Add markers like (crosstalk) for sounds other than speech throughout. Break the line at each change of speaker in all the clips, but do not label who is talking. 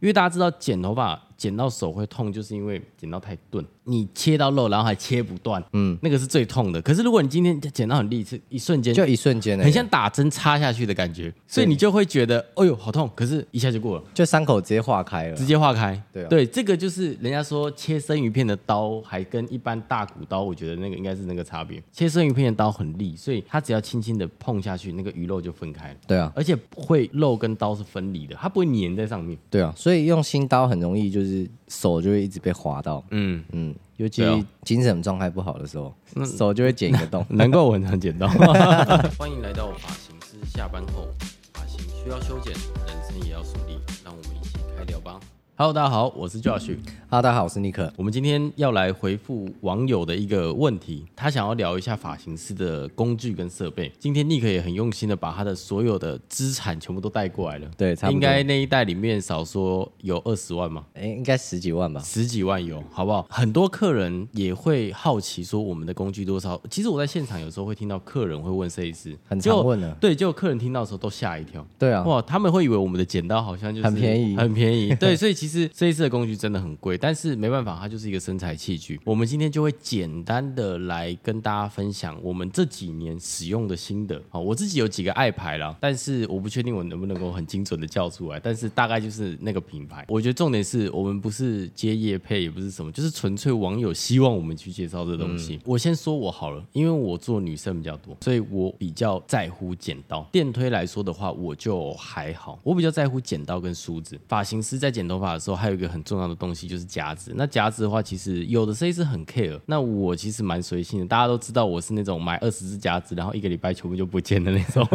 因为大家知道剪头发剪到手会痛，就是因为剪到太钝，你切到肉，然后还切不断，嗯，那个是最痛的。可是如果你今天剪到很利，是一瞬间
就一瞬间而已，
很像打针插下去的感觉，所以你就会觉得，哎呦，好痛！可是一下就过了，
就伤口直接化开了
直。接化开。
啊对啊
这个就是人家说切生鱼片的刀，还跟一般大骨刀，我觉得那个应该是那个差别。切生鱼片的刀很利，所以它只要轻轻的碰下去，那个鱼肉就分开了，
对啊，
而且会肉跟刀是分离的，它不会粘在上面。
对啊，所以用新刀很容易就是手就会一直被划到，
嗯，
嗯，尤其
对啊嗯
精神状态不好的时候，手就会剪一个
(laughs)
(laughs) 洞。
难怪我很常 (laughs) 剪刀。欢迎来到发型师下班后，发型需要修剪，人生也要梳理，让我们一起开聊吧。Hello，大家好，我是 Josh。
哈，啊大家好，我是尼克。
我们今天要来回复网友的一个问题，他想要聊一下发型师的工具跟设备。今天尼克也很用心的把他的所有的资产全部都带过来了，
对差不多
应该那一代里面少说有二十万吗？
哎、应该十几万吧？
十几万有，好不好？很多客人也会好奇说我们的工具多少。其实我在现场有时候会听到客人会问设计师，
很
结果
常问啊
对，结果客人听到的时候都吓一跳。
对啊，
哇，他们会以为我们的剪刀好像就是
很便宜
很便宜。
(laughs)
对，所以其实这一次的工具真的很贵，但是没办法，它就是一个生产器具。我们今天就会简单的来跟大家分享我们这几年使用的心得。好，我自己有几个爱牌啦，但是我不确定我能不能够很精准的叫出来，但是大概就是那个品牌。我觉得重点是我们不是接业配，也不是什么，就是纯粹网友希望我们去介绍这东西。嗯我先说我好了，因为我做女生比较多，所以我比较在乎剪刀。电推来说的话，我就还好，我比较在乎剪刀跟梳子。发型师在剪头发的时候，还有一个很重要的东西就是夹子。那夹子的话，其实有的设计师很 care，那我其实蛮随性的。大家都知道我是那种买二十支夹子，然后一个礼拜全部就不见的那种，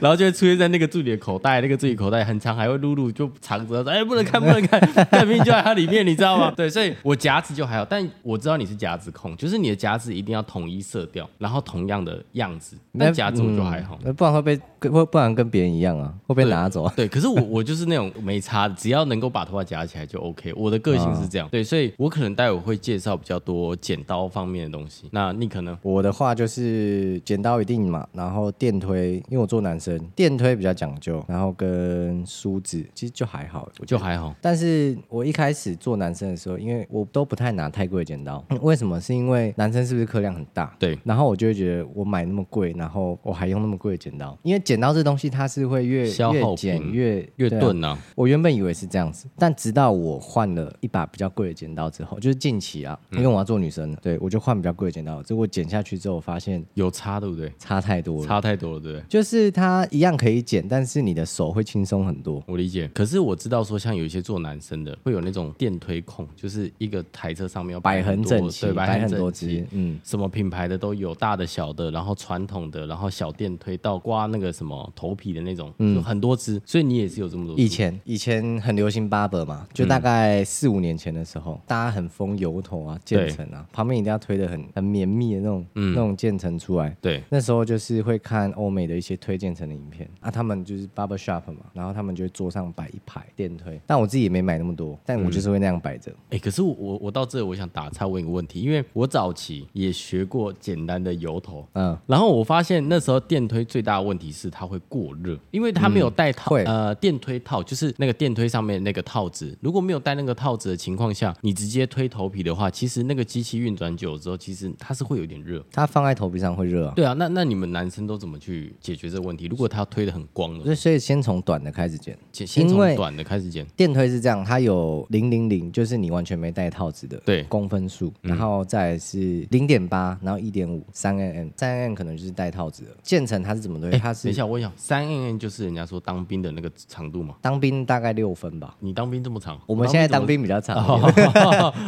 然后就会出现在那个助理的口袋，那个助理口袋很长，还会露露就藏着说，哎，不能看，不能看， (laughs) 看明明就在它里面，你知道吗？对， (laughs) 所以我夹子就还好，但我知道你是夹子控，就是你的夹子一定要统一色调，然后同样的样子。
那嗯
但夹子我就还好。
那不然会被跟会不然跟别人一样啊，会被
对
拿走。
对，可是我我就是那种没差的，只要能够把头发夹起来就 OK。我的个性是这
啊
样，对，所以我可能待会会介绍比较多剪刀方面的东西。那你可能
我的话就是剪刀一定嘛，然后电推，因为我做男生，电推比较讲究，然后跟梳子其实就还好，我
就还好，
但是我一开始做男生的时候，因为我都不太拿太贵的剪刀， (laughs) 为什么？是因为男生是不是客量很大？
对
然后我就会觉得我买那么贵，然后我还用那么贵的剪刀，因为剪刀这东西它是会越
消耗
越
品
剪越
越。
对啊
钝呢、
我原本以为是这样子，但直到我换了一把比较贵的剪刀之后，就是近期啊，因为我要做女生
嗯
了，对我就换比较贵的剪刀，结果剪下去之后，我发现
有差对不对？
差太多了。
差太多了，对不对？
就是它一样可以剪，但是你的手会轻松很多。
我理解，可是我知道说，像有一些做男生的，会有那种电推控，就是一个台车上面要
摆
很
很
多
整齐，
对，
摆
摆
很
整
多
齐
只，嗯，
什么品牌的都有，大的、小的，然后传统的，然后小电推到刮那个什么头皮的那种，嗯，很多支，所以你也是有这么多支
以前以前很流行 barber
嗯
嘛，就大概四五年前的时候，大家很疯油头啊、
对嗯
渐层啊，旁边一定要推的很很绵密的那种、那种渐层出来。
对，
那时候就是会看欧美的一些推渐层的影片啊，他们就是 barber shop 嘛，然后他们就会桌上摆一排电推，但我自己也没买那么多，但我就是会那样摆着。
哎、可是我我我到这，我想打岔问一个问题，因为我早期也学过简单的油头，
嗯，
然后我发现那时候电推最大的问题是它会过热，因为它没有带套、
嗯会
呃电推套，就是那个电推上面那个套子，如果没有带那个套子的情况下，你直接推头皮的话，其实那个机器运转久了之后，其实它是会有点热。
它放在头皮上会热啊，
对啊，那那你们男生都怎么去解决这个问题？如果他要推的很光的，
所以所以先从短的开始剪。
先先从
因为
短的开始剪，
电推是这样，它有零零零，就是你完全没戴套子的
对嗯
公分数，然后再来是零点八，然后一点五，三 mm，三 mm 可能就是戴套子的。建成它是怎么推？它
等一
是
下我想三 mm 就是人家说当兵的那个长度嘛，
当兵大概六分吧，
你当兵这么长，
我们现在当兵比较长，
(laughs)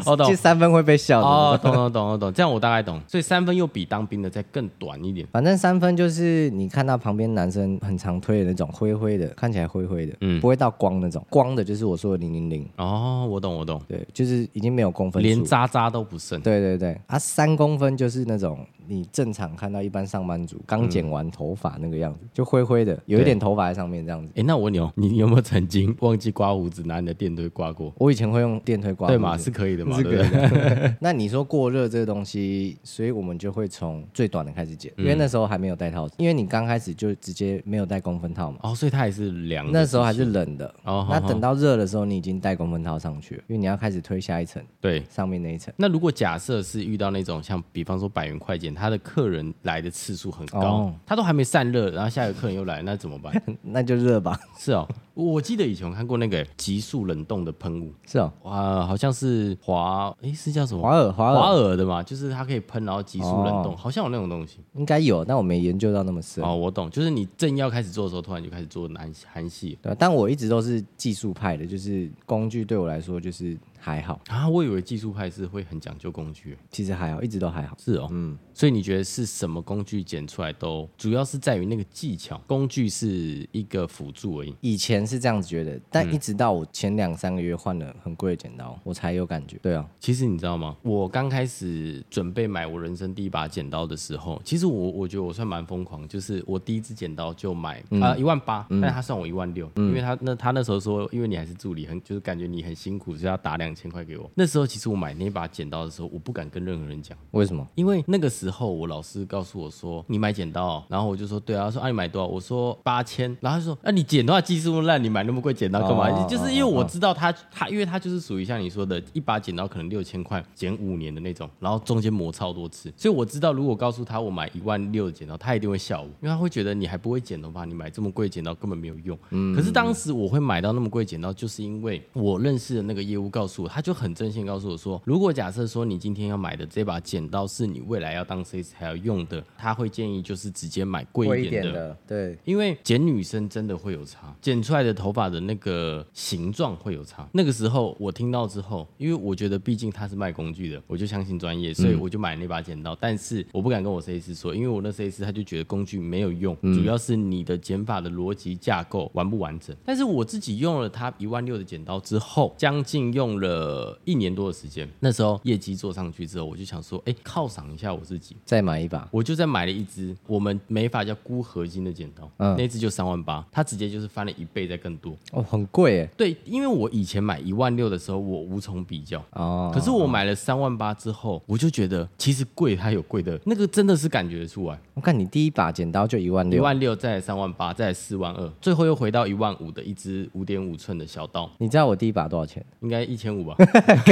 哦懂
这三分会被笑的。
哦懂懂懂懂懂，这样我大概懂，所以三分又比当兵的再更短一点。
反正三分就是你看到旁边男生很常推的那种灰灰的，看起来灰灰的，
嗯
不会到光那种，光的就是我说的零零零，
哦，我懂我懂，
对，就是已经没有公分数，
连渣渣都不剩。
对对对，啊，三公分就是那种你正常看到一般上班族刚剪完头发那个样子，就灰灰的，有一
对
点头发在上面这样子。
哎，那我问你哦，你有没有曾经忘记刮胡子，拿你的电推刮过？
我以前会用电推刮胡
对
子，
嘛，是可以的嘛，
是
对
可
不
以
对？
的。 (laughs) 那你说过热这个东西，所以我们就会从最短的开始剪，因为那时候还没有戴套子，因为你刚开始就直接没有戴公分套嘛，
哦，所以它也是凉的。
那时候还
是
是冷的。
哦，好
那等
好
到热的时候，你已经戴公分套上去了，因为你要开始推下一层，
对。
上面那一层。 (laughs)
那如果假设是遇到那种像比方说百元快剪，他的客人来的次数很高
哦，
他都还没散热，然后下一个客人又来，那怎么办？ (laughs)
那就热吧，
是哦，我记得以前我看过那个急速冷冻的喷雾，
(laughs) 是哦，
哇，好像是华，诶，是叫什么？
华尔华尔
尔的嘛，就是它可以喷，然后急速冷冻，
哦
好像有那种东西。
应该有，但我没研究到那么深。
哦，我懂，就是你正要开始做的时候，突然就开始做南韩系
对吧，啊但我一直都是技术派的，就是工具对我来说就是还好，
啊。我以为技术派是会很讲究工具，
其实还好，一直都还好。
是哦，
嗯，
所以你觉得是什么工具剪出来都主要是在于那个技巧，工具是一个辅助而已。
以前是这样子觉得，
嗯
但一直到我前两三个月换了很贵的剪刀，我才有感觉。对啊，
其实你知道吗？我刚开始准备买我人生第一把剪刀的时候，其实我我觉得我算蛮疯狂，就是我第一支剪刀就买啊一万八，但他算我一万六，因为他那他那时候说，因为你还是助理，很就是感觉你很辛苦，所以要打两千块给我。那时候其实我买那把剪刀的时候，我不敢跟任何人讲。
为什么？
因为那个时候我老师告诉我说你买剪刀哦、然后我就说对啊，他说啊你买多少？我说八千，然后他说啊你剪刀的技术那么烂，你买那么贵剪刀干嘛？
哦
就是因为我知道他他，因为他就是属于像你说的，一把剪刀可能六千块，剪五年的那种，然后中间磨超多次，所以我知道如果告诉他我买一万六的剪刀，他一定会笑我，因为他会觉得你还不会剪头发，你买这么贵的剪刀根本没有用。可是当时我会买到那么贵的剪刀，就是因为我认识的那个业务告诉我，他就很真心地告诉我说，如果假设说你今天要买的这把剪刀是你未来要当 C 还要用的，他会建议就是直接买贵一点的。
的，对，
因为剪女生真的会有差，剪出来的头发的那个形状会有差。那个时候我听到之后，因为我觉得毕竟他是卖工具的，我就相信专业，所以我就买了那把剪刀。但是我不敢跟我设计师说，因为我那设计师他就觉得工具没有用，主要是你的剪发的逻辑架构完不完整。但是我自己用了他一万六的剪刀之后，将近用了一年多的时间。那时候业绩做上去之后，我就想说，哎，犒赏一下我自己。
再买一把。
我就再买了一支我们美发叫钴合金的剪刀，
嗯
那支就三万八，它直接就是翻了一倍再更多。
哦，很贵耶。
对，因为我以前买一万六的时候，我无从比较。
哦，
可是我买了三万八之后，我就觉得其实贵它有贵的那个，真的是感觉得出来。
我看你第一把剪刀就一万
一
六，
万六，再来三万八，再来四万二，最后又回到一万五的一支五点五寸的小刀，
你知道我第一把多少
(laughs)
钱？
应该一千五
(laughs)
吧？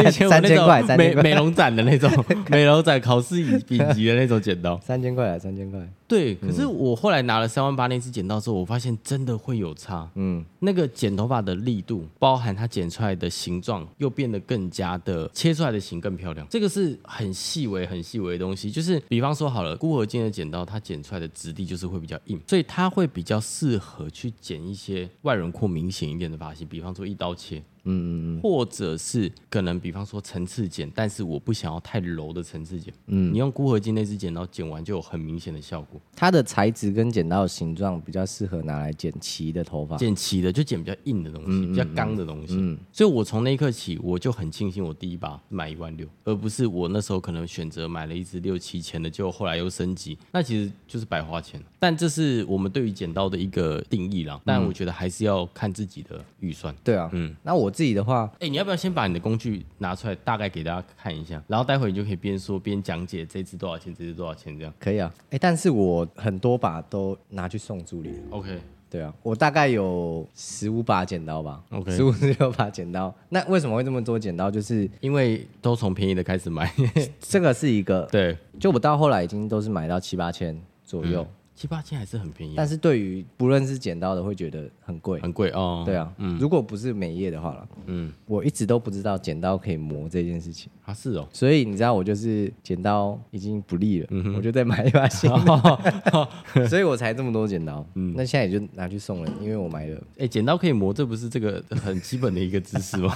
一千五
三千块
那种
三
美
千块
美容展的那种美容展考试乙丙级的那种剪刀。
三千块啊，三千块。
对，可是我后来拿了三万八那支剪刀之后，我发现真的会有差。
嗯，
那个剪头发的力度，包含它剪出来的形状，又变得更加的切出来的形更漂亮。这个是很细微、很细微的东西。就是比方说好了，钴合金的剪刀，它剪出来的质地就是会比较硬，所以它会比较适合去剪一些外轮廓明显一点的发型，比方说一刀切。嗯嗯嗯，或者是可能，比方说层次剪，但是我不想要太柔的层次剪。嗯，你用钴合金那支剪刀剪完就有很明显的效果。
它的材质跟剪刀的形状比较适合拿来剪齐的头发。
剪齐的就剪比较硬的东西，比较刚的东西。所以我从那一刻起，我就很庆幸我第一把买一万六，而不是我那时候可能选择买了一支六七千的，结果后来又升级，那其实就是白花钱。但这是我们对于剪刀的一个定义啦。但我觉得还是要看自己的预算。
对啊，嗯，那我自己的话，
哎、你要不要先把你的工具拿出来，大概给大家看一下，然后待会你就可以边说边讲解这支多少钱，这支多少钱这样。
可以啊，哎，但是我很多把都拿去送助理了。
OK，
对啊，我大概有十五把剪刀吧
OK
十五十六把剪刀。那为什么会这么多剪刀？就是
因为都从便宜的开始买。 (laughs)
这个是一个，
对，
就我到后来已经都是买到七八千左右。
七八千还是很便宜，
但是对于不论是剪刀的，会觉得很贵。
很贵哦。
对啊，如果不是美业的话了，
嗯，
我一直都不知道剪刀可以磨这件事情，
啊是哦。
所以你知道我就是剪刀已经不利了，
嗯
我就再买一把新
(laughs)
的，所以我才这么多剪刀。
嗯
那现在也就拿去送人，因为我买了，
哎、剪刀可以磨，这不是这个很基本的一个知识 (laughs) 吗？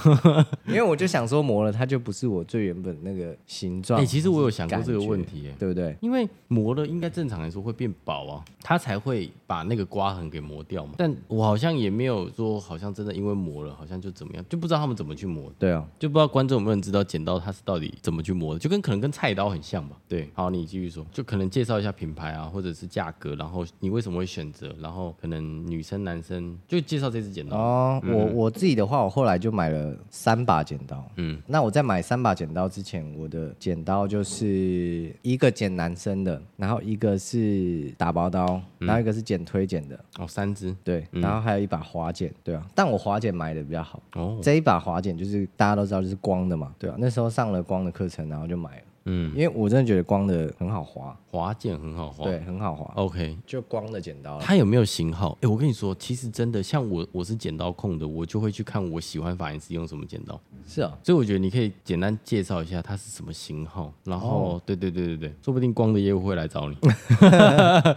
因为我就想说磨了它就不是我最原本那个形
哎、
状。
其实我有想过这个问题、哎，
对不对？
因为磨了应该正常来说会变薄啊，它才会把那个刮痕给磨掉嘛。但我好像也没有说，好像真的因为磨了，好像就怎么样，就不知道他们怎么去磨。
对啊，
就不知道观众有没有人知道剪刀它是到底怎么去磨的，就跟可能跟菜刀很像吧。对，好，你继续说，就可能介绍一下品牌啊，或者是价格，然后你为什么会选择，然后可能女生男生就介绍这支剪刀。
哦，我我自己的话，我后来就买了三把剪刀。
嗯
嗯，那我在买三把剪刀之前，我的剪刀就是一个剪男生的，然后一个是打薄刀，
嗯
然后一个是剪推剪的，
哦，三支
对，然后还有一把滑剪，对啊。但我滑剪买的比较好，
哦，
这一把滑剪就是大家都知道就是光的嘛，对啊。那时候上了光的课程，然后就买了，
嗯，哦
因为我真的觉得光的很好滑，
滑剑很好滑。
对，很好滑，
，OK，
就光的剪刀了。
它有没有型号？哎、我跟你说，其实真的像我，我是剪刀控的，我就会去看我喜欢发型师用什么剪刀。
是啊，
所以我觉得你可以简单介绍一下它是什么型号，然后、
哦
对对对对对，说不定光的业务会来找你， (laughs)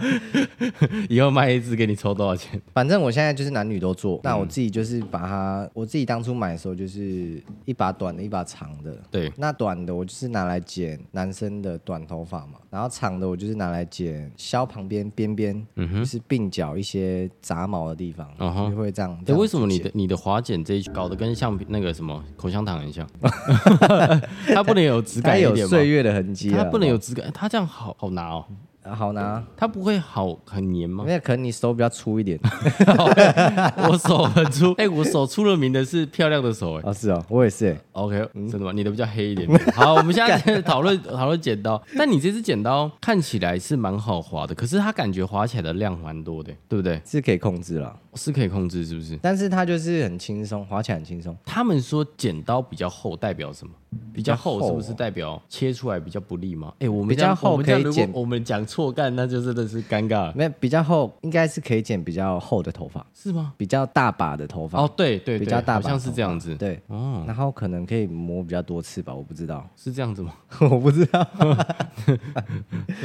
以后卖一支给你抽多少钱？
反正我现在就是男女都做，那我自己就是把它，我自己当初买的时候就是一把短的，一把长的。
对，
那短的我就是拿来剪男生的短头发嘛，然后长的我就是拿来剪削旁边边边，就是鬓角一些杂毛的地方，
嗯哼
就会这样。这
哎、
样
为什么
去
你
剪
的你的滑剪这一搞得跟橡皮那个什么口香糖很
(laughs)
像？它不能有质
它
感一
有
点吗
岁？月的痕迹啊？
它不能有质感，哎它这样好好拿哦，
啊好拿，
它不会好很黏吗？
因为可能你手比较粗一点
(laughs) 我手很粗， (laughs) 哎、我手出了名的是漂亮的手、哎。嗯
哦，是哦，我也是欸。
OK，真的吗？你的比较黑一点。好，我们现在讨 (laughs) 论讨论剪刀。但你这支剪刀看起来是蛮好滑的，可是它感觉滑起来的量蛮多的，对不对？
是可以控制了，
是可以控制，是不是？
但是它就是很轻松，滑起来很轻松。
他们说剪刀比较厚代表什么？比较厚
比较厚
是不是代表切出来比较不利吗？哎、我们
比较
这样
厚
我们这样
可以
如果
剪
我们讲错干，那就真的是尴尬了，
没有比较厚，应该是可以剪比较厚的头发，
是吗？
比较大把的头发。
哦，对对对，
比较大
好
吧
像是这样子。
对，
哦，
然后可能可以磨比较多次吧，我不知道， (laughs)
是这样子吗？
我不知道。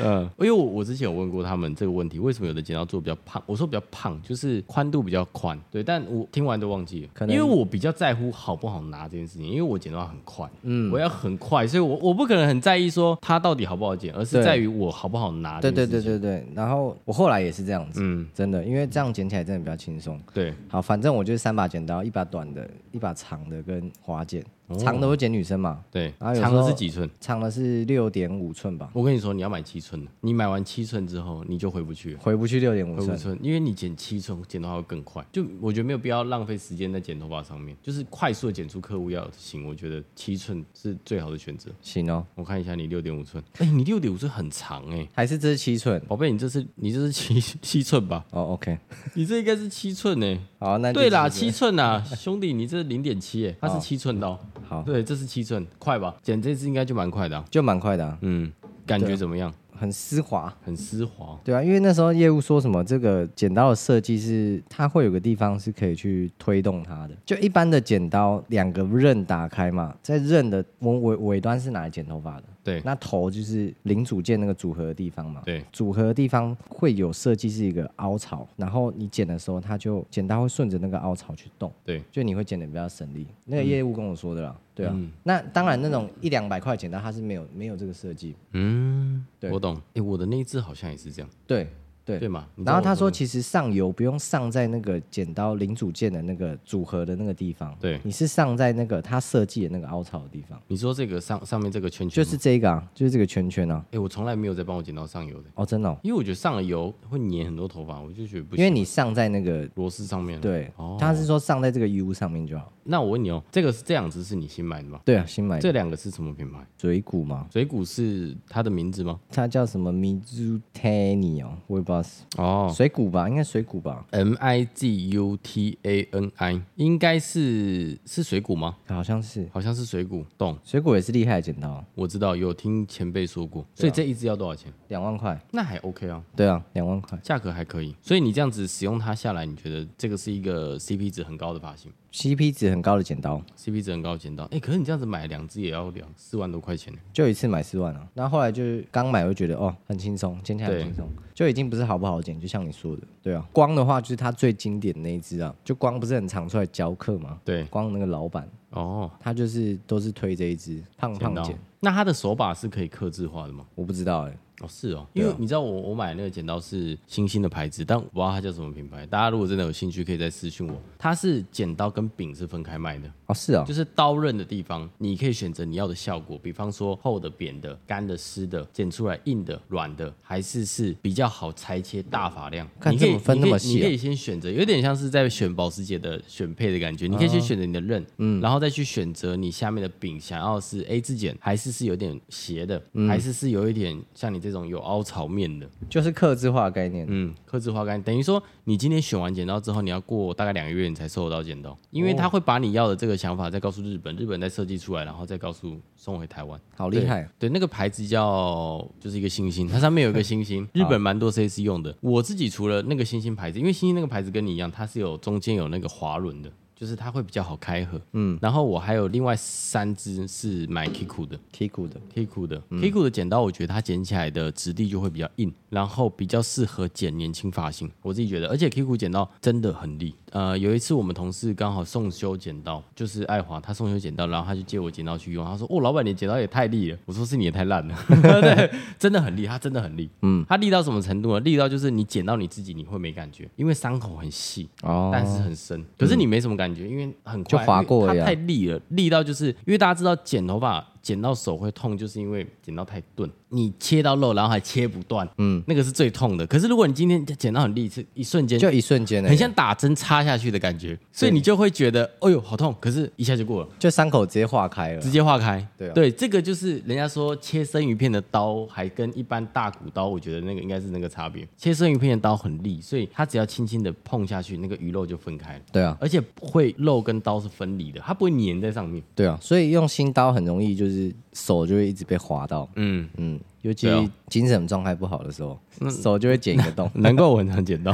嗯，因为我我之前有问过他们这个问题，为什么有的剪刀做比较胖？我说比较胖，就是宽度比较宽，对。但我听完都忘记了，
可能
因为我比较在乎好不好拿这件事情，因为我剪刀很快，嗯，我要很快，所以我我不可能很在意说它到底好不好剪，而是
对
在于我好不好拿这
对
件
对
事
对
情。
对对，然后我后来也是这样子，
嗯
真的，因为这样剪起来真的比较轻松。
对
好，反正我就是三把剪刀，一把短的，一把长的跟滑剪。
哦
长的我剪女生嘛，
对
然后有时
长
候
的是几寸？
长的是六点五寸吧，
我跟你说，你要买七寸的，你买完七寸之后，你就回不去了。
回不去六点五
回五
寸。
寸，因为你剪七寸，剪头发会更快。就我觉得没有必要浪费时间在剪头发上面，就是快速的剪出客户要的型。我觉得七寸是最好的选择。
行哦，
我看一下你六点五寸，哎、你六点五寸很长哎、
还是这是七寸
宝贝，你这是你这是七七寸吧？
哦，OK，
你这应该是七寸哎、
好，那就
对啦，
是这
七
个
寸啊，兄弟，你这零点七哎，它是
好
七寸刀，
好，
对，这是七寸，快吧？剪这次应该就蛮快的、啊，
就蛮快的啊，
嗯，感觉怎么样？
很丝滑。
很丝滑，
对啊，因为那时候业务说什么这个剪刀的设计是它会有个地方是可以去推动它的，就一般的剪刀两个刃打开嘛，在刃的尾尾尾端是拿来剪头发的，
对
那头就是零组件那个组合的地方嘛。
对，
组合的地方会有设计是一个凹槽，然后你剪的时候，它就剪刀会顺着那个凹槽去动，
对，嗯
就你会剪得比较省力。那个业务跟我说的啦，对啊。那当然那种一两百块剪刀它是没有没有这个设计，
嗯，
对
我懂。哎、我的那一只好像也是这样，
对对
对嘛？你知道
然后
我
他
的
说，其实上油不用上在那个剪刀零组件的那个组合的那个地方，
对
你是上在那个他设计的那个凹槽的地方，
你说这个上上面这个圈圈
就
吗，
是这个啊，就是这个圈圈啊。
哎、我从来没有在帮我剪刀上油的，
哦，真的、哦，
因为我觉得上了油会粘很多头发，我就觉得不
因
行。
为你上在那个
螺丝上面，，
对
哦，
他是说上在这个 U 上面就好。
那我问你哦，这个是这两只是你新买的吗？
对啊，新买
这
的
两个是什么品牌？
水谷嘛，
水谷是它的名字吗？
它叫什么 Mizutani 哦，我也不知道是
哦
水谷吧，应该水谷吧，
，M I Z U T A N I，应该是是水谷吗？
好像是
好像是水谷，懂？
水谷也是厉害的剪刀，
我知道有听前辈说过，
啊
所以这一支要多少钱？
两万块。
那还 OK 啊，
对啊，两万块
价格还可以。所以你这样子使用它下来，你觉得这个是一个 CP 值很高的发型？
，CP 值很高的剪刀。
CP 值很高的剪刀，哎、可是你这样子买两只也要两四万多块钱呢。
就一次买四万啊。那后来就是刚买，我就觉得哦，很轻松，剪起来很
对
轻松，就已经不是好不好剪，就像你说的，对啊。光的话就是它最经典的那一只啊，就光不是很常出来教课吗？
对，
光那个老板，
哦，
他就是都是推这一只胖
剪
胖
刀
剪，。
那它的手把是可以刻制化的吗？
我不知道哎、
哦，是哦，因为你知道我我买那个剪刀是星星的牌子，但我不知道它叫什么品牌。大家如果真的有兴趣，可以再私信我。它是剪刀跟柄是分开卖的，
哦，是哦，
就是刀刃的地方，你可以选择你要的效果，比方说厚的、扁的、干的、湿的，剪出来硬的、软的，还是是比较好裁切大发量。
看
你可以
这么分那么细
你可以，你
啊
可以先选择，有点像是在选保时捷的选配的感觉。你可以先选择你的刃，嗯，然后再去选择你下面的柄，想要是 A 字剪，还是是有点斜的，
嗯
还是是有一点像你这种有凹槽面的。
就是刻字化的概念。
嗯，刻字化干，等于说你今天选完剪刀之后，你要过大概两个月你才收得到剪刀，因为他会把你要的这个想法再告诉日本，日本再设计出来，然后再告诉送回台湾。
好厉害
对！对，那个牌子叫就是一个星星，它上面有一个星 (laughs) 星，日本蛮多 C C 用的。我自己除了那个星星牌子，因为星星那个牌子跟你一样，它是有中间有那个滑轮的。就是它会比较好开合，嗯，然后我还有另外三支是买 Kiku 的，
Kiku 的
Kiku 的、Kiku 的剪刀，我觉得它剪起来的质地就会比较硬，然后比较适合剪年轻发型，我自己觉得。而且 Kiku 剪刀真的很利。呃，有一次我们同事刚好送修剪刀，就是爱华，他送修剪刀，然后他就借我剪刀去用，他说：“哦，老板，你剪刀也太利了。”我说：“是你也太烂了。”对，真的很利，它真的很利。嗯，它利到什么程度呢？利到就是你剪到你自己你会没感觉，因为伤口很细。
哦，
但是很深，可是你没什么感觉，因为很快
就划过
因为
而已
它
啊
太利了，利到就是因为大家知道剪头发剪到手会痛，就是因为剪到太钝，你切到肉，然后还切不断，嗯，那个是最痛的。可是如果你今天剪到很利，是一瞬间
就一瞬间而已，
很像打针插下去的感觉，所以你就会觉得，哎呦好痛，可是一下就过了。
就伤口直接化开了
直。接化开，
啊对啊
这个就是人家说切生鱼片的刀，还跟一般大骨刀，我觉得那个应该是那个差别。切生鱼片的刀很利，所以它只要轻轻的碰下去，那个鱼肉就分开了。
对啊，
而且会肉跟刀是分离的，它不会粘在上面。
对啊，所以用新刀很容易就是手就会一直被划到，
嗯，
嗯，尤其
对啊。
精神状态不好的时候，手就会剪一个洞
(laughs) (laughs) 难怪我很常剪 (laughs) 刀，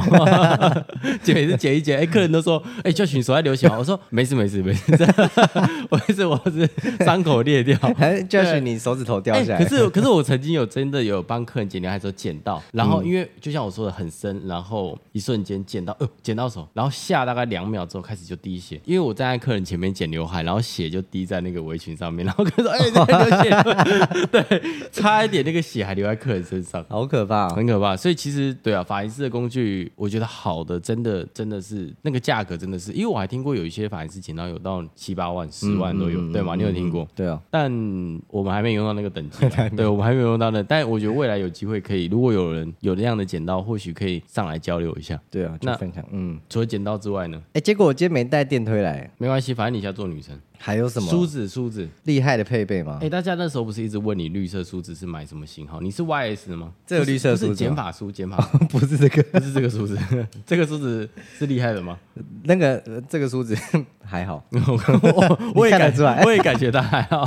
剪每次剪一剪，哎、客人都说，哎、就你手在流血吗？我说没事没事没事，我没事，我只是伤口裂掉。
还是就是哎你手指头掉
哎，
下来，
可是可是我曾经有真的有帮客人剪刘海的时候剪到，然后因为就像我说的很深，然后一瞬间剪到，呃，剪到手，然后下大概两秒之后开始就滴血，因为我站在客人前面剪刘海，然后血就滴在那个围裙上面，然后客人说：“哎、这在流血。”对，差一点那个血还留在客人身上。
好可怕、哦。
很可怕，所以其实对啊，发型师的工具，我觉得好的真的真的是那个价格真的是，因为我还听过有一些发型师剪到有到七八万、十万都有，对吗？你有听过？
嗯对啊，
但我们还没用到那个等级啊，对我们 (laughs) 还没有用到那，但我觉得未来有机会可以，如果有人有那样的剪刀，或许可以上来交流一下。
对啊，就
那
分享。嗯，
除了剪刀之外呢，
哎、结果我今天没带电推来，
没关系，反正你现在做女生，
还有什
梳
么
子梳子，
厉害的配备吗？
哎、大家那时候不是一直问你绿色梳子是买什么型号？你是 YS 的吗？
这有
不是
绿色
不
梳
是
子吗
减法梳，减法梳
(laughs) 不是这个，
(laughs) 不是这个梳子，这个梳子是厉害的吗？
那个、呃这个梳子 (laughs) 还好，
(laughs) 我我也
你看得
感
出来
我也感觉到还 (laughs) 好。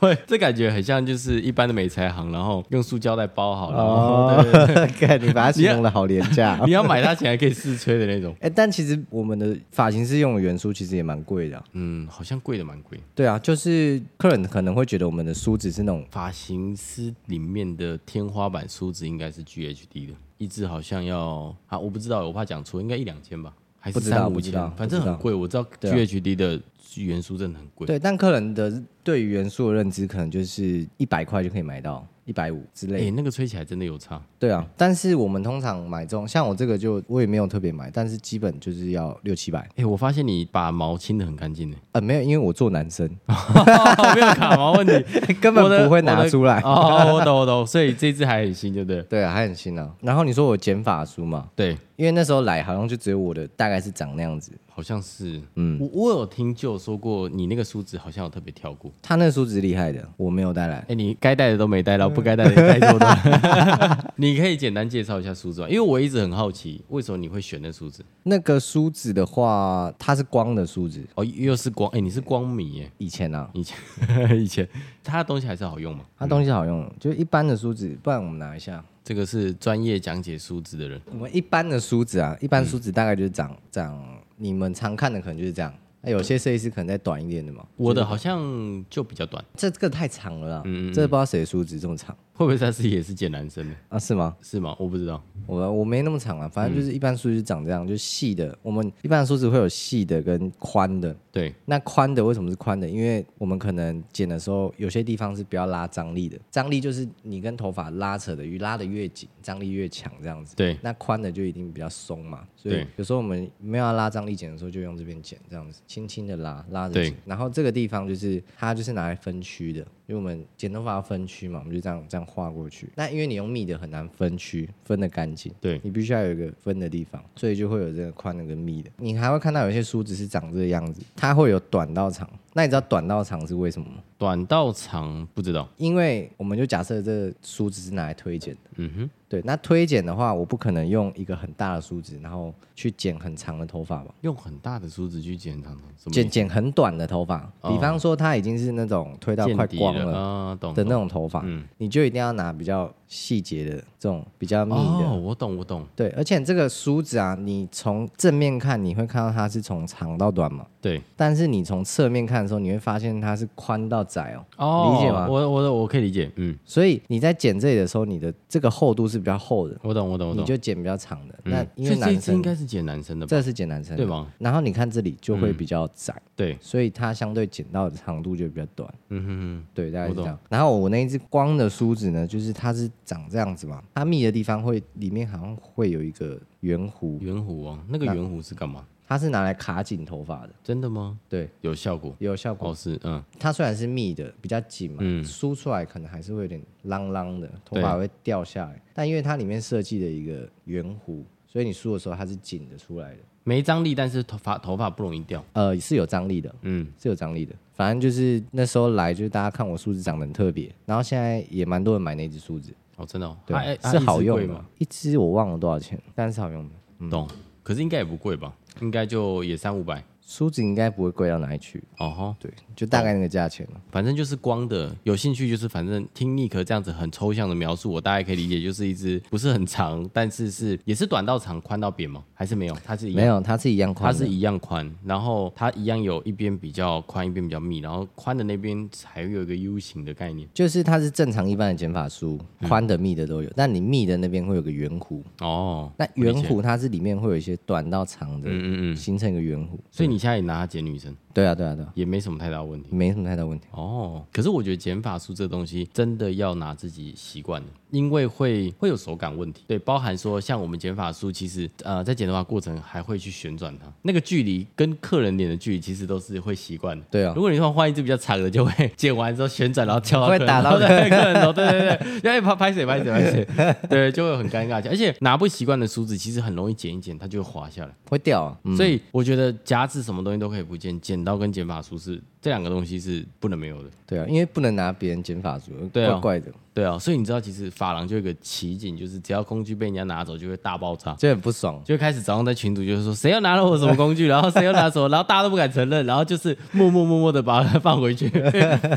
会，这感觉很像就是一般的美材行，然后用塑胶袋包好，然后、对对对
哦， (laughs) 看你把它形容的好廉
(laughs)
价、哦。
你要买它前还可以试吹的那种。
哎、但其实我们的发型师用的元梳其实也蛮贵的啊、
嗯，好像贵的蛮贵。
对啊，就是客人可能会觉得我们的梳子是那种
发型师里面的天花板梳子应该是 GHD 的，一支好像要啊，我不知道，我怕讲错，应该一两千吧，还是
不知道
三五
不知
千
道，
反正
不知道
很贵。我知道
对啊
GHD 的元素真的很贵。
对，但客人的对于元素的认知可能就是一百块就可以买到一百五之类
哎、
的。
那个吹起来真的有差，
对啊，但是我们通常买这种，像我这个就我也没有特别买，但是基本就是要六七百。
哎、我发现你把毛清的很干
(laughs)
净呢，哦
呃，没有，因为我做
(laughs)
男生
没有卡毛问题，
(laughs) 根
我的
本不会拿出来。
哦，我懂我懂，所以这支还很新，对不对？
对啊，还很新啊。然后你说我剪发梳嘛，
对，
因为那时候来好像就只有我的大概是长那样子，
好像是，嗯，我我有听就说过，你那个梳子好像有特别挑过。
他那梳子厉害的，我没有带来
哎、。你该带的都没带
嗯
到，不该带的也带错
(laughs)
的。你可以简单介绍一下梳子吗？因为我一直很好奇，为什么你会选那梳子？
那个梳子的话，它是光的梳子，
哦，又是光，哎、你是光迷
(laughs)
耶？
以前啊，
以前以前，它的东西还是好用吗？
它东西好用，就一般的梳子，不然我们拿一下。
这个是专业讲解梳子的人，
我们一般的梳子啊，一般梳子大概就是长、长，你们常看的可能就是这样。那有些设计师可能再短一点的嘛。
我的好像就比较短，
这这个太长了啦，这不知道谁的梳子这么长。
会不会他自己也是剪男生呢？
啊，是吗？
是吗？我不知道。
我我没那么长啊，反正就是一般梳子就长这样，就细的。我们一般的梳子会有细的跟宽的。
对，
那宽的为什么是宽的？因为我们可能剪的时候，有些地方是不要拉张力的。张力就是你跟头发拉扯的，越拉的越紧，张力越强这样子。
对
那宽的就一定比较松嘛，所以
对
有时候我们没有要拉张力剪的时候，就用这边剪，这样子轻轻的拉，拉着
对
剪。然后这个地方就是它就是拿来分区的，因为我们剪头发要分区嘛，我们就这样这样画过去。那因为你用密的很难分区，分的干净，
对
你必须要有一个分的地方，所以就会有这个宽的跟密的。你还会看到有些梳子是长这个样子，它会有短到长。那你知道短到长是为什么吗？
短到长不知道。
因为我们就假设这个梳子是拿来推剪的。
嗯哼，
对，那推剪的话，我不可能用一个很大的梳子，然后去剪很长的头发吧？
用很大的梳子去剪长头，什么
剪剪很短的头发，
哦
比方说它已经是那种推到
见
快
底
光
了
了
啊？懂
的那
懂
种头发，
嗯
你就一定要拿比较细节的这种比较密的。
哦，我懂我懂，
对，而且这个梳子啊，你从正面看，你会看到它是从长到短嘛。
对
但是你从侧面看的时候，你会发现它是宽到窄哦。
哦，
理解吗
我我我可以理解，嗯，
所以你在剪这里的时候，你的这个厚度是比较厚的，
我懂我懂我
你
懂。
就剪比较长的。
嗯
那因
所以这
为
一
男
次应
生
该是剪男生的吧？
这是剪男生的
对嗯吗？
然后你看这里就会比较窄，
对，
所以它相对剪到的长度就比较短。
嗯哼哼，
对，大概是
我懂
这样。然后我那一只光的梳子呢，就是它是长这样子嘛，它密的地方会里面好像会有一个圆弧，
圆弧哦，那个圆弧是干嘛？
它是拿来卡紧头发的。
真的吗？
对，
有效果？
有效果。
哦，是，嗯，
它虽然是密的，比较紧嘛，
嗯
梳出来可能还是会有点啷啷的，头
对
发会掉下来。但因为它里面设计的一个圆弧，所以你梳的时候它是紧的出来的，
没张力，但是头发头发不容易掉。
呃，是有张力的，
嗯，
是有张力的。反正就是那时候来，就是大家看我梳子长得很特别，然后现在也蛮多人买那只梳子，
哦，真的哦，
对，
它哎它
是
一支
好用啊
贵
嗯的
吗？，
一支我忘了多少钱，但是好用的。
懂，可是应该也不贵吧？应该就也三五百。
梳子应该不会贵到哪里去，
哦吼，
对，就大概那个价钱了。
反正就是光的，有兴趣就是反正听 Nick 这样子很抽象的描述，我大概可以理解，就是一只不是很长，但是是也是短到长，宽到扁吗？还是没有？它是一样
没有，它是一样宽
它
的，
是一样宽，然后它一样有一边比较宽，一边比较密，然后宽的那边才有一个 U 型的概念。
就是它是正常一般的剪法梳，
嗯
宽的、密的都有，但你密的那边会有个圆弧，
哦，
那圆弧它是里面会有一些短到长的，
嗯嗯嗯，
形成一个圆弧。
所以你现在也拿它剪女生
对啊，对啊，对啊，
也没什么太大问题。
没什么太大问题。
哦，可是我觉得剪发梳这东西真的要拿自己习惯的，因为会会有手感问题。对，包含说像我们剪发梳，其实呃在剪头发过程还会去旋转它，那个距离跟客人脸的距离其实都是会习惯的。
对啊
如，果你换换一只比较长的，就会剪完之后旋转，然后跳到
会
客人
打到
头 (laughs) 对客人头，对对对， (laughs) 要拍拍谁拍谁拍
(laughs)
谁，对，就会很尴尬。而且拿不习惯的梳子，其实很容易剪一剪，它就会滑下来。
会掉、啊。
所以我觉得夹子什么东西都可以不见，剪刀跟剪发梳是这两个东西是不能没有的。
对啊，因为不能拿别人剪发梳，
对啊
怪怪的，
对啊，所以你知道，其实发廊就有一个奇景，就是只要工具被人家拿走，就会大爆炸。
就很不爽。
就会开始早上在群组就是说谁又拿了我什么工具，然后谁又拿什么，然后大家都不敢承认，然后就是默默默默的把它放回去。 (laughs)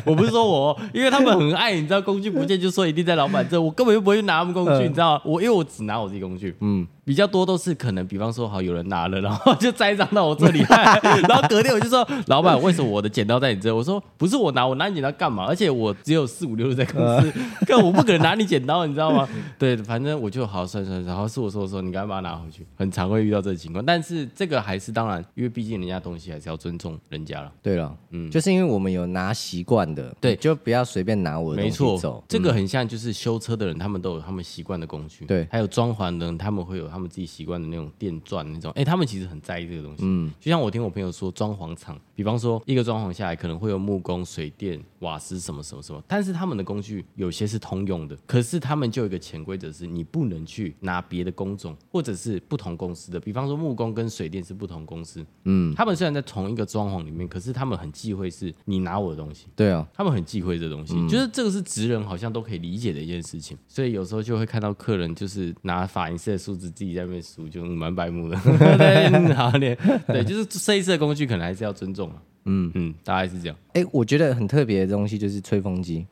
我不是说我，因为他们很爱，你知道工具不见就说一定在老板这，我根本就不会去拿他们工具，你知道吗我因为我只拿我自己工具，嗯，比较多都是可能，比方说好有人拿了，然后就栽赃到我这里来，然后隔天我就说老板为什么我的剪刀在你这？我说不是我拿，我拿你剪刀干嘛？而且我只有四五六日在公司，但我不可能拿你剪刀，你知道吗？对，反正我就好算算算，然后是我说的时候，你赶快把它拿回去，很常会遇到这个情况。但是这个还是当然，因为毕竟人家东西还是要尊重人家了。
对了，嗯，就是因为我们有拿习惯的，
对
你就不要随便拿我的
没
东
错
西走，。嗯
这个很像就是修车的人，他们都有他们习惯的工具，
对
还有装潢的人，他们会有他们自己习惯的那种电钻那种，哎，他们其实很在意这个东西。嗯，就像我听我朋友说，装潢厂，比方说一个装潢下来可能会有木工、水电、瓦斯什么什么什么，但是他们的工具有些是通用的，可是他们就有一个潜规则是，你不能去拿别的工种或者是不同公司的，比方说木工跟水电是不同公司，嗯，他们虽然在同一个装潢里面，可是他们很忌讳是你拿我的东西。
对啊，
他们很忌讳这东西，就是这个是职人好像都可以理解的一件事情，嗯所以有时候就会看到客人就是拿发型师的梳子自己在那边梳，就蛮白目的。 (laughs) 对，嗯好脸，对，就是设计师的工具可能还是要尊重嘛。嗯嗯，大概是这样。
哎、我觉得很特别的东西就是吹风机，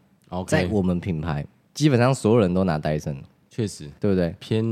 在
OK，
我们品牌基本上所有人都拿戴森，
确实
对不对？
偏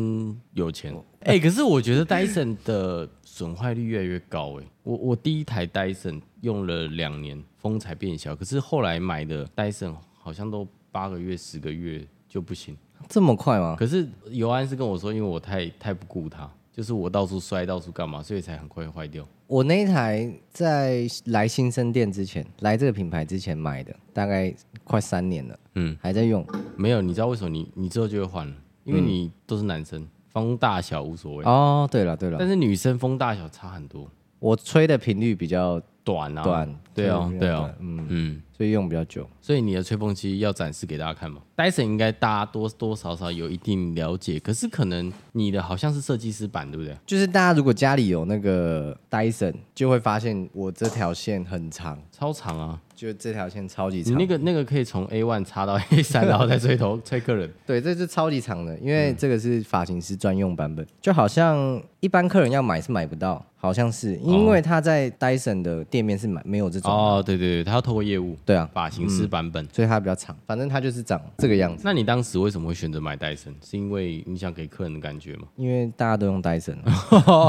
有钱。哎、可是我觉得 Dyson 的损坏率越来越高哎、我我第一台 Dyson 用了两年，风才变小，可是后来买的 Dyson 好像都八个月、十个月就不行。
这么快吗？
可是尤安是跟我说，因为我太太不顾它，就是我到处摔，到处干嘛，所以才很快坏掉。
我那一台在来新生店之前，来这个品牌之前买的，大概快三年了，
嗯，
还在用。
没有，你知道为什么你你之后就会换了？因为你都是男生，风大小无所谓，
哦，对了对
但
了，
是女生风大小差很多，
我吹的频率比较
短啊，
短，
对
吹
哦
得比，较
对哦
短，嗯，
嗯。
所以用比较久。
所以你的吹风机要展示给大家看嘛？Dyson 应该大家多多少少有一定了解，可是可能你的好像是设计师版，对不对？
就是大家如果家里有那个 Dyson，就会发现我这条线很长，
超长啊，
就这条线超级
你
长。
那个那个可以从 A one 插到 A
(laughs)
三，然后再吹头吹客人。
对，这是超级长的，因为这个是发型师专用版本，就好像一般客人要买是买不到，好像是因为他在 Dyson 的店面是买没有这种，
哦，对对对，他要透过业务
对啊，
发型师版本。
所以它比较长，反正它就是长这个样子，
那你当时为什么会选择买戴森？是因为你想给客人的感
(laughs)
觉吗
因为大家都用 Dyson
(laughs)
了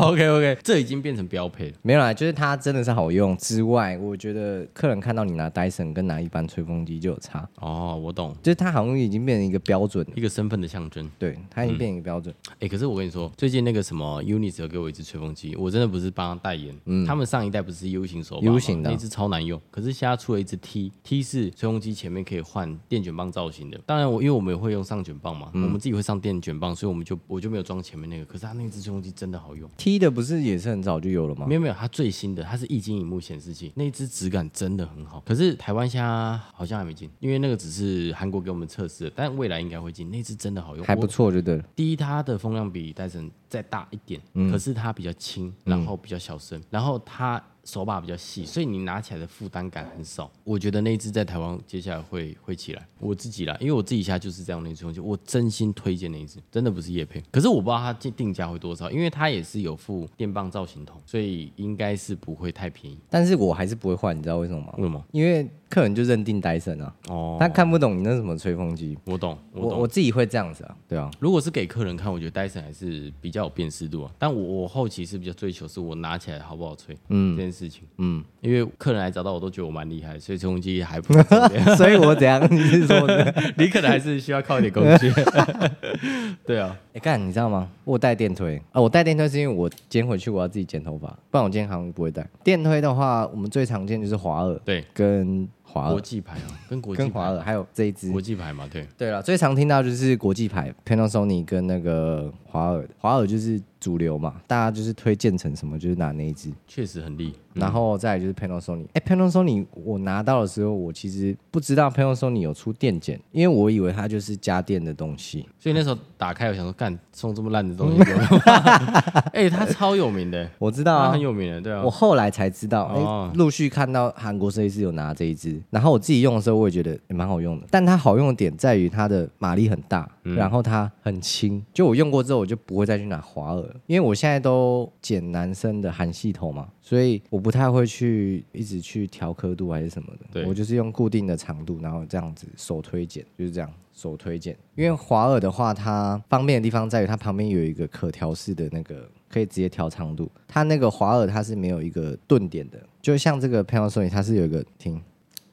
？OK OK，这已经变成标配了。
没有啦，就是它真的是好用之外，我觉得客人看到你拿 Dyson 跟拿一般吹风机就有差，
哦，我懂，
就是它好像已经变成一个标准了，
一个身份的象征。
对，它已经变成一个标准，
哎、可是我跟你说，最近那个什么 Unis 有给我一只吹风机，我真的不是帮他代言。他们上一代不是 U 型手把吗
嗯 U 型的
那只超难用，可是现在出了一只 T，T 是吹风机前面可以换电卷棒造型的。当然我因为我们也会用上卷棒嘛，
嗯
我们自己会上电卷棒，所以我们就我就没有装前面那个。可是它那只吹风机真的好用。
T 的不是也是很早就有了吗
没？有没有，它最新的它是液晶屏幕显示器，那一只质感真的很好。可是台湾现在好像还没进，因为那个只是韩国给我们测试的，但未来应该会进。那只真的好用，
还不
我
错，就对了。
第一，它的风量比戴森再大一点，
嗯
可是它比较轻，然后比较小声，然后它手把比较细，所以你拿起来的负担感很少。我觉得那一只在台湾接下来会会起来，我自己啦，因为我自己现在就是这样的一只东西，我真心推荐那一只，真的不是叶配。可是我不知道它定定价会多少，因为它也是有附电棒造型筒，所以应该是不会太便宜。
但是我还是不会换，你知道为什么吗？
为什么？
因为客人就认定 Dyson 啊，
哦，
他看不懂你那什么吹风机。
我懂，我
我
懂。
我自己会这样子啊，对啊，
如果是给客人看，我觉得戴森还是比较有辨识度啊。但我我后期是比较追求是我拿起来好不好吹，嗯，这件事情，嗯，因为客人来找到我都觉得我蛮厉害，所以吹风机还不错
嗯 (laughs) 所以我怎样？你是说的？
(laughs)
(laughs)
你可能还是需要靠一点工具。 (laughs) 对啊，
哎、干，你知道吗？我带电推啊、我带电推是因为我今天回去我要自己剪头发，不然我今天好像不会带电推的话，我们最常见就是华尔
对，
跟华
国
尔
际牌啊，跟国际
跟华
牌，
尔，还有这一支
国。际牌嘛，对，
对了，最常听到就是国际牌 Panasonic 跟那个华尔，华尔就是主流嘛，大家就是推建成什么就是拿那一支。
确实很厉。
然后再来就是 Panasonic。哎、p a n a s o n i c 我拿到的时候，我其实不知道 Panasonic 有出电剪，因为我以为它就是家电的东西。
所以那时候打开，我想说，干送这么烂的
(laughs)
东西给我，哎，他超有名的，
我知道
他
啊
很，有名的，对啊
我，后来才知道，哎、
哦
陆续看到韩国设计师有拿这一支，然后我自己用的时候，我也觉得也蛮、好用的。但它好用的点在于它的马力很大，
嗯
然后它很轻。就我用过之后，我就不会再去拿华尔，因为我现在都剪男生的韩系头嘛，所以我不太会去一直去调刻度还是什么
对
的。我就是用固定的长度，然后这样子手推剪，就是这样。手推剪，因为华尔的话，它方便的地方在于它旁边有一个可调式的那个，可以直接调长度。它那个华尔它是没有一个顿点的，就像这个 Panasonic 它是有一个停，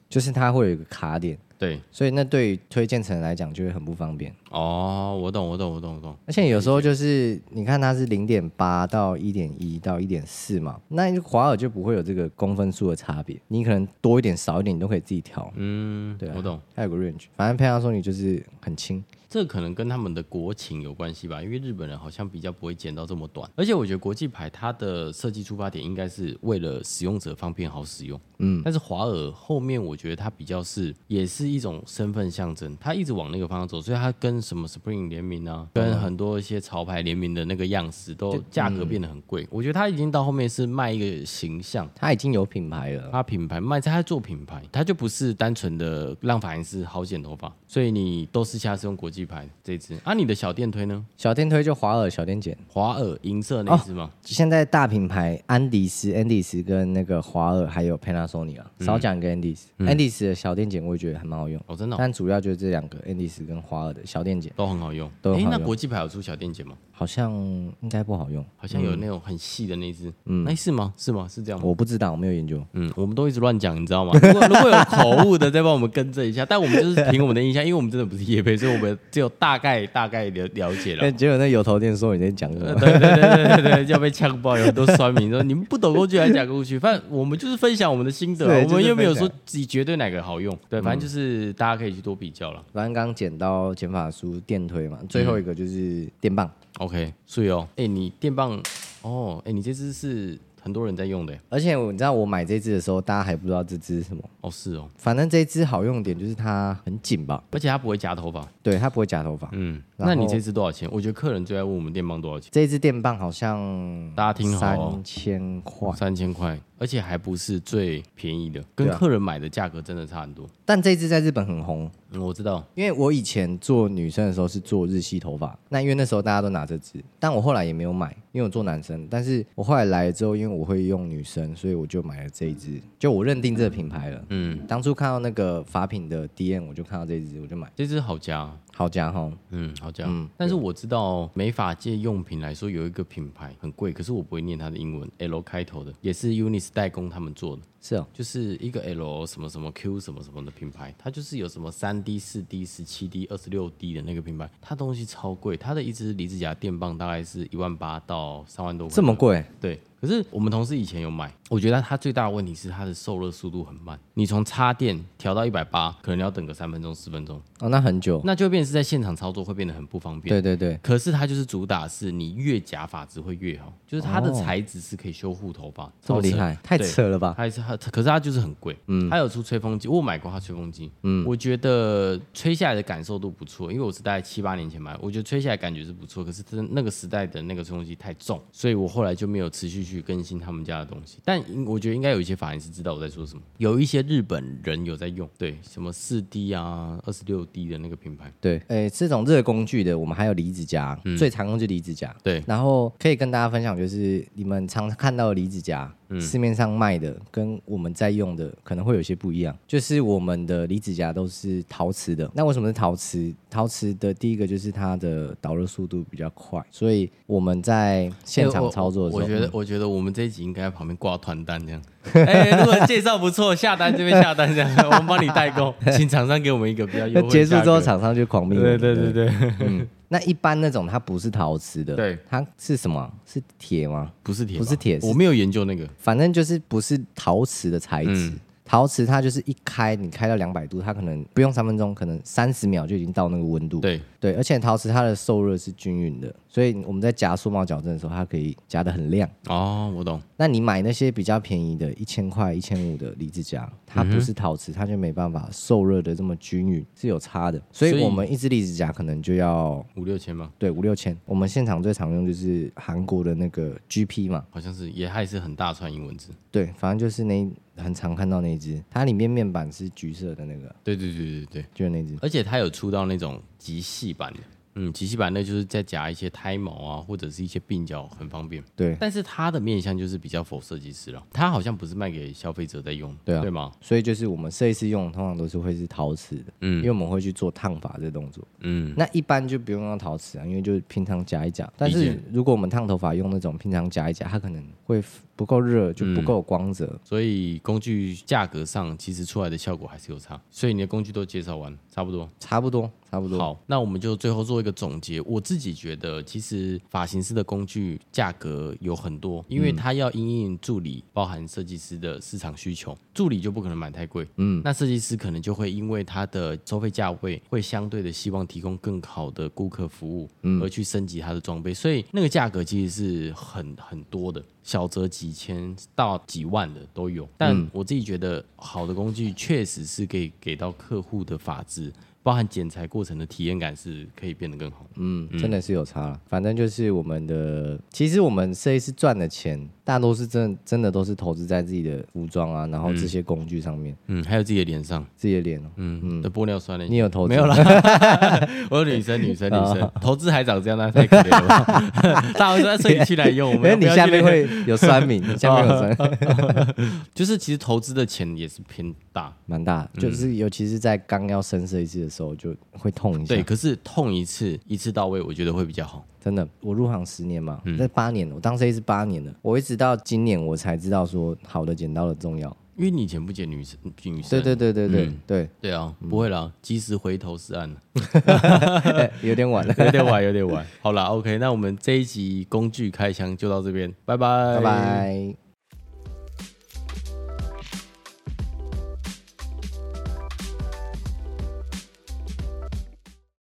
就是它会有一个卡点，
对，
所以那对于推荐层来讲就会很不方便。
哦，我懂，我懂，我懂，我懂。
而且有时候就是你看它是零点八到一点一到一点四嘛，那华尔就不会有这个公分数的差别，你可能多一点少一点你都可以自己调，
嗯，
对啊
我懂。
它有个 range。反正 Panasonic 就是很轻，
这可能跟他们的国情有关系吧，因为日本人好像比较不会剪到这么短，而且我觉得国际牌它的设计出发点应该是为了使用者方便好使用，嗯，但是华尔后面我觉得它比较是也是一种身份象征，它一直往那个方向走，所以它跟什么 Spring 联名啊，跟很多一些潮牌联名的那个样式都价格变得很贵，我觉得它已经到后面是卖一个形象。
它已经有品牌了。
它品牌卖，它在做品牌，它就不是单纯的让发型师好剪头发，所以你都是下次用国际牌这一支。啊，你的小电推呢？
小电推就华尔小电剪，
华尔银色那一
哦
支吗？
现在大品牌安迪斯、安迪斯跟那个华尔还有 Panasonic
嗯
啊，少讲一个安迪斯，安迪斯的小电剪我也觉得还蛮好用，
哦，真的哦、
但主要就是这两个安迪斯跟华尔的小电剪，
都很好用。
都很
诶
好
那
用
国际牌有出小电剪吗？
好像应该不好用，
好像有那种很细的那一支。嗯，哎、是吗？是吗？是这样吗？
我不知道，我没有研究。
嗯，我们都一直乱讲，你知道吗？如果如果有口误的，再帮我们更正一下。但我们就是凭我们的印象，因为我们真的不是业配，所以我们只有大概大概了了解了
但。哎结果那有头店说你在讲什
呃 (laughs)
么？
对对对对对对，要被呛爆，有很多酸民说你们不懂工具还讲工具，反正我们就是分享我们的心得啊，
对
我们
就是
又没有
分享嗯
说自己绝对哪个好用，对，反正就是大家可以去多比较了。
反正刚剪刀、剪法书、电推嘛，
嗯
最后一个就是电棒，
OK，所以哦，哎，你电棒，哦，哎，你这支是很多人在用的欸耶，
而且我你知道我买这支的时候，大家还不知道这支是什么。
哦是哦，
反正这支好用的点就是它很紧吧，
而且它不会夹头发，
对，它不会夹头发。
嗯，
然
那
后
你这支多少钱？我觉得客人最爱问我们电棒多少钱，
这支电棒好像
大家听好哦
嗯三千块，
三千块，而且还不是最便宜的，跟
对啊
客人买的价格真的差很多。
但这支在日本很红，
嗯，我知道，
因为我以前做女生的时候是做日系头发，那因为那时候大家都拿这支，但我后来也没有买，因为我做男生。但是我后来来了之后，因为我会用女生，所以我就买了这一支，就我认定这个品牌了。
嗯，
当初看到那个法品的 DM，我就看到这一支，我就买，
这支好夹哦。
好夹哈。
嗯，好讲。
嗯
但是我知道美发界用品来说，有一个品牌很贵，可是我不会念它的英文，L 开头的，也是 Unis 代工他们做的，
是哦，
就是一个 L 什么什么 Q 什么什么的品牌，它就是有什么三 D、四 D、十七 D、二十六 D 的那个品牌，它东西超贵，它的一支离子夹电棒大概是一万八到三万多块，
这么？贵，
对。可是我们同事以前有买，我觉得它最大的问题是它的受热速度很慢，你从插电调到一百八，可能要等个三分钟、四分钟，
哦，那很久。
那就变成是在现场操作会变得很不方便。
对对对，
可是它就是主打是你越夹发质会越好，就是它的材质是可以修护头发，
哦这
超
么
扯
厉害，太
对
扯了吧？
它还是它，可是它就是很贵。嗯，它有出吹风机，我有买过它吹风机。嗯，我觉得吹下来的感受度不错，因为我是大概七八年前买，我觉得吹下来感觉是不错。可是真的那个时代的那个吹风机太重，所以我后来就没有持续去更新他们家的东西。但应我觉得应该有一些法人是知道我在说什么，有一些日本人有在用，对，什么四 D 啊、二十六 D 的那个品牌，
对，诶、这种热工具的，我们还有离子夹，最常用就是离子夹。
对
然后可以跟大家分享，就是你们常看到的离子夹，
嗯
市面上卖的跟我们在用的可能会有些不一样。就是我们的离子夹都是陶瓷的，那为什么是陶瓷？陶瓷的第一个就是它的导热速度比较快，所以我们在现
欸
场
我
操作的时候，
我觉
嗯
得，我觉得我们这一集应该在旁边挂团单这样。 (laughs) 哎、如果介绍不错，下单这边下单这样，我们帮你代购，请厂商给我们一个比较优
那
惠。
结束之后，，厂商就狂命。
对对对对，
嗯，那一般那种它不是陶瓷的，
对，
它是什么？是铁吗？
不是铁吧，
不是铁是
我没有研究那个。
反正就是不是陶瓷的材质。
嗯
陶瓷它就是一开，你开到两百度，它可能不用三分钟，可能三十秒就已经到那个温度。
对，
对，而且陶瓷它的受热是均匀的，所以我们在夹缩毛矫正的时候，它可以夹得很亮。
哦，我懂。
那你买那些比较便宜的，一千块、一千五的离子夹，它不是陶瓷，它就没办法受热的这么均匀，是有差的。
所
所以
以
我们一支离子夹可能就要
五六千吗？
对五六千。我们现场最常用就是韩国的那个 GP 嘛，
好像是，也还是很大串英文字。
对，反正就是那一很常看到那一只，它里面面板是橘色的那个，
对对对对对，
就是那只。
而且它有出到那种极细版的。嗯，极细版那就是再夹一些胎毛啊，或者是一些鬓角，很方便。
对，
但是它的面向就是比较否设计师了，它好像不是卖给消费者在用，
对啊
对吗？
所以就是我们设计师用的通常都是会是陶瓷的，
嗯
因为我们会去做烫发这个动作。
嗯，
那一般就不用用陶瓷啊，因为就是平常夹一夹。但
理
是
解
如果我们烫头发用那种平常夹一夹，它可能会不够热，就
嗯
不够有光泽。
所以工具价格上其实出来的效果还是有差。所以你的工具都介绍完，差不多。
差不多，差不多。
好，那我们就最后做一个总结。我自己觉得，其实发型师的工具价格有很多，因
嗯
为它要因应助理，包含设计师的市场需求，助理就不可能买太贵，嗯，那设计师可能就会因为他的收费价位会相对的希望提供更好的顾客服务，嗯，而去升级他的装备，所以那个价格其实是很很多的。小则几千到几万的都有，但
嗯
我自己觉得好的工具确实是可以给到客户的法质包含剪裁过程的体验感是可以变得更好。
嗯，真的是有差了。反正就是我们的，其实我们设计师赚的钱，大多是真真的都是投资在自己的服装啊，然后这些工具上面，
嗯，还有自己的脸上，
自己的脸哦、
嗯，的玻尿酸呢？
你有投资
没有哦
(laughs)
啦， (laughs) 我是女生，女生， (laughs) 女生，投资还长这样，那太可怜了 (laughs) 吧。大家会说，所以你去来用，我
因为
们
你
要不
下
要去哦
面会有
(laughs)
酸民，你下面有酸，
就是其实投资的钱也是偏大，
蛮大
嗯
的，就是尤其是在刚要深色一次的时候，就会痛一下
对。。可是痛一次，一次到位，我觉得会比较好。
真的，我入行十年
嗯
嘛，那八年了，我当设计师八年了，我一直到今年我才知道说好的剪刀的重要。
因为你以前不剪女生，女生
对对对对对、对， (laughs)
对啊，不会啦，及时回头是岸，啊
哎有点晚了，
(laughs) 有点晚，有点晚。好啦 o k 那我们这一集工具开箱就到这边，拜拜，
(laughs) 拜拜。